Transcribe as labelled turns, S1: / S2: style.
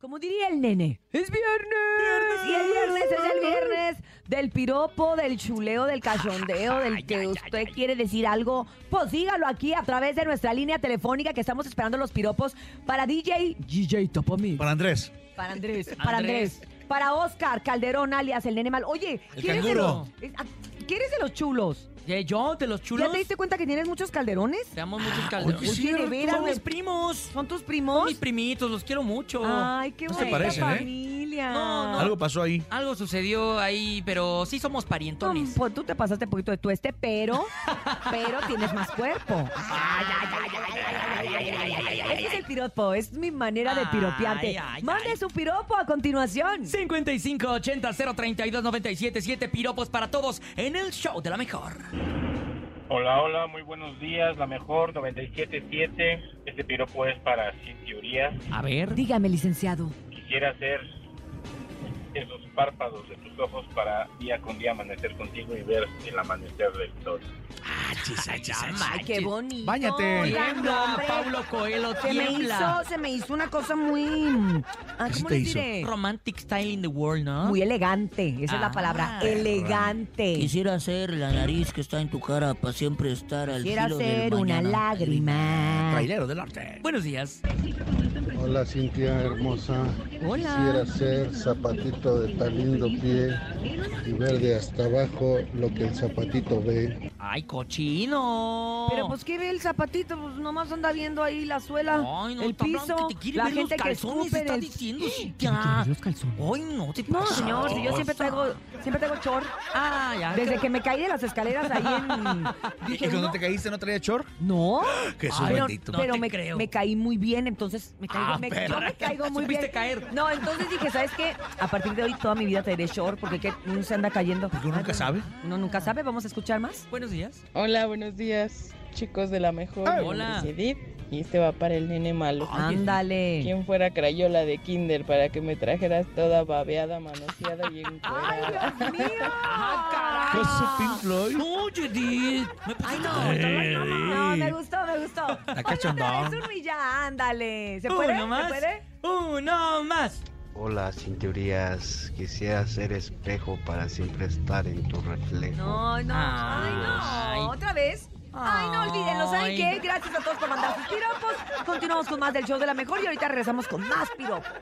S1: Como diría el nene, es viernes. Y el viernes es el viernes del piropo, del chuleo, del cachondeo, del que usted quiere decir algo. Pues dígalo aquí a través de nuestra línea telefónica que estamos esperando los piropos para DJ, DJ Tapami,
S2: Para Andrés.
S1: para Andrés, para Andrés, para Oscar Calderón, alias el nene mal. Oye,
S2: El
S1: ¿quién es de
S2: canguro.
S1: los, es- ah, quién es de los chulos?
S3: Eh, yo, de los chulos.
S1: ¿Ya te diste cuenta que tienes muchos calderones?
S3: Seamos muchos calderones.
S2: oye,
S1: sí, de veras,
S3: Son
S1: güey.
S3: mis primos.
S1: ¿Son tus
S3: Son
S1: primos?
S3: mis primitos, los quiero mucho.
S1: Ay, qué
S2: No se
S1: bonita
S2: parecen, ¿eh?
S1: familia.
S3: No, no.
S2: Algo pasó ahí.
S3: Algo sucedió ahí, pero sí somos
S1: Mm,
S3: parientones.
S1: Pues tú te pasaste un poquito de tueste, pero, pero tienes más cuerpo. Ese es el piropo, es mi manera de
S3: Ay,
S1: piropearte.
S3: ay,
S1: Mande
S3: ay.
S1: su piropo a continuación.
S3: 5580-032-977 piropos para todos en el show de la mejor.
S4: Hola, hola, muy buenos días, la mejor 977. Este piropo es para sin teorías.
S3: A ver.
S1: Dígame, licenciado.
S4: Quisiera hacer esos párpados de tus ojos para día con día amanecer contigo y ver el amanecer del sol.
S3: Ah,
S1: Ay, qué bonito.
S2: Báñate.
S1: Oigan,
S3: Tiembla,
S1: hombre,
S3: Pablo Coelho,
S1: se me
S3: tiembla.
S1: hizo, se me hizo una cosa muy. ah,
S2: ¿Qué se
S1: ¿Cómo
S2: te
S1: les
S2: hizo?
S1: diré? ¿Ah?
S3: Romantic style in the world, ¿no?
S1: Muy elegante, esa es la
S3: Ah,
S1: palabra,
S3: perra.
S1: elegante.
S5: Quisiera ser la nariz que está en tu cara para siempre estar al
S1: Quisiera
S5: filo del
S1: ser una
S5: mañana.
S1: lágrima.
S2: Trailero del norte.
S3: Buenos días.
S6: Hola Cintia hermosa.
S1: Hola.
S6: Quisiera ser zapatito de tan lindo pie y ver de hasta abajo lo que el zapatito ve.
S3: Ay, cochino.
S1: Pero pues qué ve el zapatito, pues nomás anda viendo ahí la suela,
S3: Ay, no,
S1: el
S3: tan
S1: piso,
S3: blanco que te quiere
S1: la
S3: ver los
S1: gente que
S3: calzones,
S1: escupe en
S3: está
S1: el-
S3: diciendo,
S1: ¡Eh!
S3: sí,
S1: ¿Quién
S3: ya.
S1: quiere ver los calzones?
S3: Ay, no te
S1: No,
S3: pases.
S1: señor, si yo siempre traigo, siempre traigo short.
S3: Ah, ya.
S1: Desde que me caí de las escaleras ahí en...
S2: ¿Y
S1: dije,
S2: cuando
S1: no,
S2: te caíste no traía chor?
S1: no,
S2: Jesús
S1: pero,
S2: bendito.
S1: pero
S3: No te
S1: me,
S3: creo.
S1: me caí muy bien, entonces me caigo,
S2: Ah,
S1: me,
S2: perra.
S1: yo me caigo muy
S3: Supiste
S1: bien.
S3: caer.
S1: No, entonces dije, ¿sabes qué? A partir de hoy toda mi vida traeré short porque que uno se anda cayendo.
S2: Porque uno
S1: Ay,
S2: nunca
S1: bueno,
S2: sabe.
S1: Uno nunca sabe, vamos a escuchar más.
S3: Buenos días.
S7: Hola, buenos días, chicos de la mejor. Mi nombre
S3: Hola.
S7: es Edith y este va para el nene malo.
S1: Ándale.
S7: ¿Quién fuera crayola de kinder para que me trajeras toda babeada, manoseada y
S1: ¡Ay,
S7: encuerada?
S3: Ah,
S1: Dios mío!
S2: ¿Qué es ese Pink Floyd?
S3: No, Judith. Me pusiste
S1: Ay,
S2: Eh,
S1: no, no,
S2: eh.
S1: me gustó, me gustó.
S2: La
S1: Oye, otra
S2: cachondón.
S1: vez un ya, ándale. ¿Se puede?
S3: Uno más.
S1: ¿Se puede?
S3: Uno más.
S8: Hola, sin teorías. Quisiera ser espejo para siempre estar en tu reflejo.
S1: No, no, ay,
S3: Ay.
S1: no, otra vez. Ay, no olvídenlo, ¿saben
S3: Ay.
S1: qué? Gracias a todos por mandar sus piropos. Continuamos con más del show de la mejor y ahorita regresamos con más piropos.